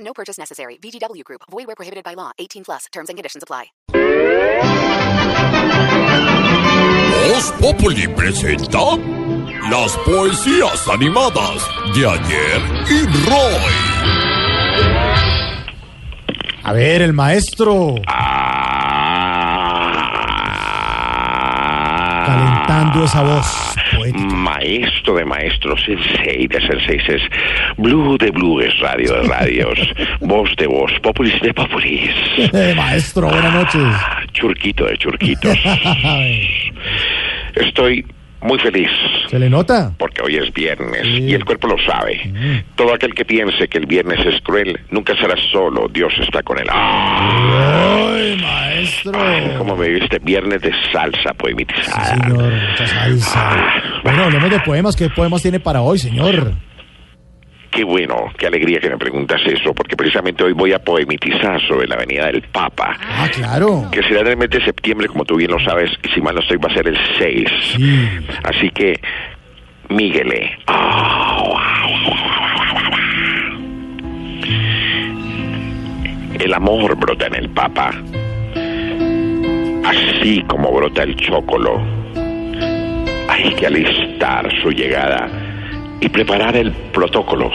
No purchase necessary. VGW Group. Void where prohibited by law. 18 plus. Terms and conditions apply. Voz Populi presenta las poesías animadas de ayer y Roy. A ver, el maestro. Calentando esa voz poética. Maestro de maestros, sensei de senseises, blue de blues, radio de radios, voz de voz, populis de populis, Ah, Eh, maestro, buenas noches. churquito de churquitos. A ver, Estoy muy feliz ¿Se le nota? porque hoy es viernes y el cuerpo lo sabe. Todo aquel que piense que el viernes es cruel nunca será solo, Dios está con él. ¡Ah! ¡Ay, maestro! Como me viste, viernes de salsa Sí, poemitizada. señor, mucha salsa. Bueno, hablemos de poemas. ¿Qué poemas tiene para hoy, señor? Qué bueno, qué alegría que me preguntas eso, porque precisamente hoy voy a poemitizar sobre la venida del Papa. Ah, claro. que será en el mes de septiembre, como tú bien lo sabes, y si mal no estoy, va a ser el 6. Sí. Así que, míguele. El amor brota en el papa, así como brota el chocolo. Hay que alistar su llegada y preparar el protocolo.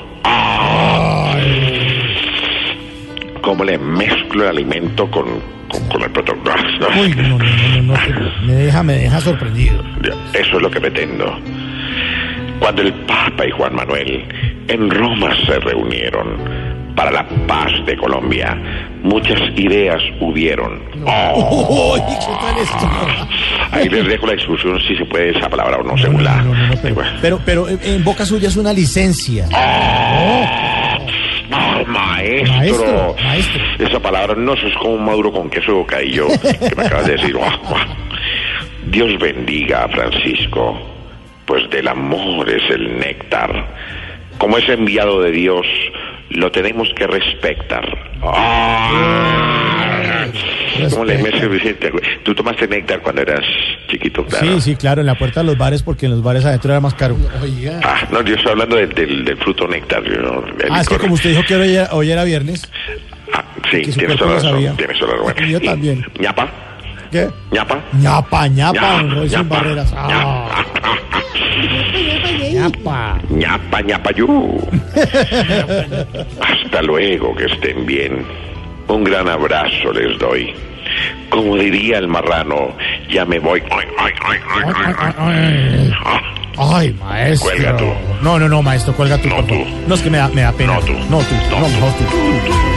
¿Cómo le mezclo el alimento con, con, con el protocolo? Uy, no, no, no, no, no. Me deja, me deja sorprendido. Eso es lo que pretendo. Cuando el Papa y Juan Manuel en Roma se reunieron para la paz de Colombia, muchas ideas hubieron. Uy, ¿qué tal esto? Ahí les dejo la discusión si se puede esa palabra o no, según la... No, no, no, pero, pero, pero eh, en- en boca suya es una licencia. No, maestro. Maestro, maestro. Esa palabra no eso es como un maduro con queso de bocadillo que me acabas de decir. Guau, guau. Dios bendiga a Francisco, pues del amor es el néctar. Como es enviado de Dios, lo tenemos que respetar. Ah. ¿Cómo le Respecta. mezclas, Vicente? Tú tomaste néctar cuando eras chiquito, claro. Sí, sí, claro, en la puerta de los bares, porque en los bares adentro era más caro. Ah, no, yo estoy hablando del, del- del fruto néctar. ¿no? El Ah, es que licor. como usted dijo que hoy era, hoy era viernes, Ah, sí, que su tienes cuerpo lo toda la sabía. razón. Tienes toda la razón. Y yo Y- también. ¿Ñapa? ¿qué? ¿Ñapa? ñapa, ñapa, Ya, un Roy ya, sin pa. barreras. Ah, ñapa. ñapa, ñapa, yu. Hasta luego, que estén bien. Un gran abrazo les doy. Como diría el marrano, ya me voy. Ay, ay, ay, ay, Ay, ay, ay, ay. ay, ay. Ah, Ay, maestro. Cuelga tú. No, no, no, maestro, cuelga tú. No, por favor. tú. No, es que me da, me da pena. No, tú. No, tú. No, No, mejor tú.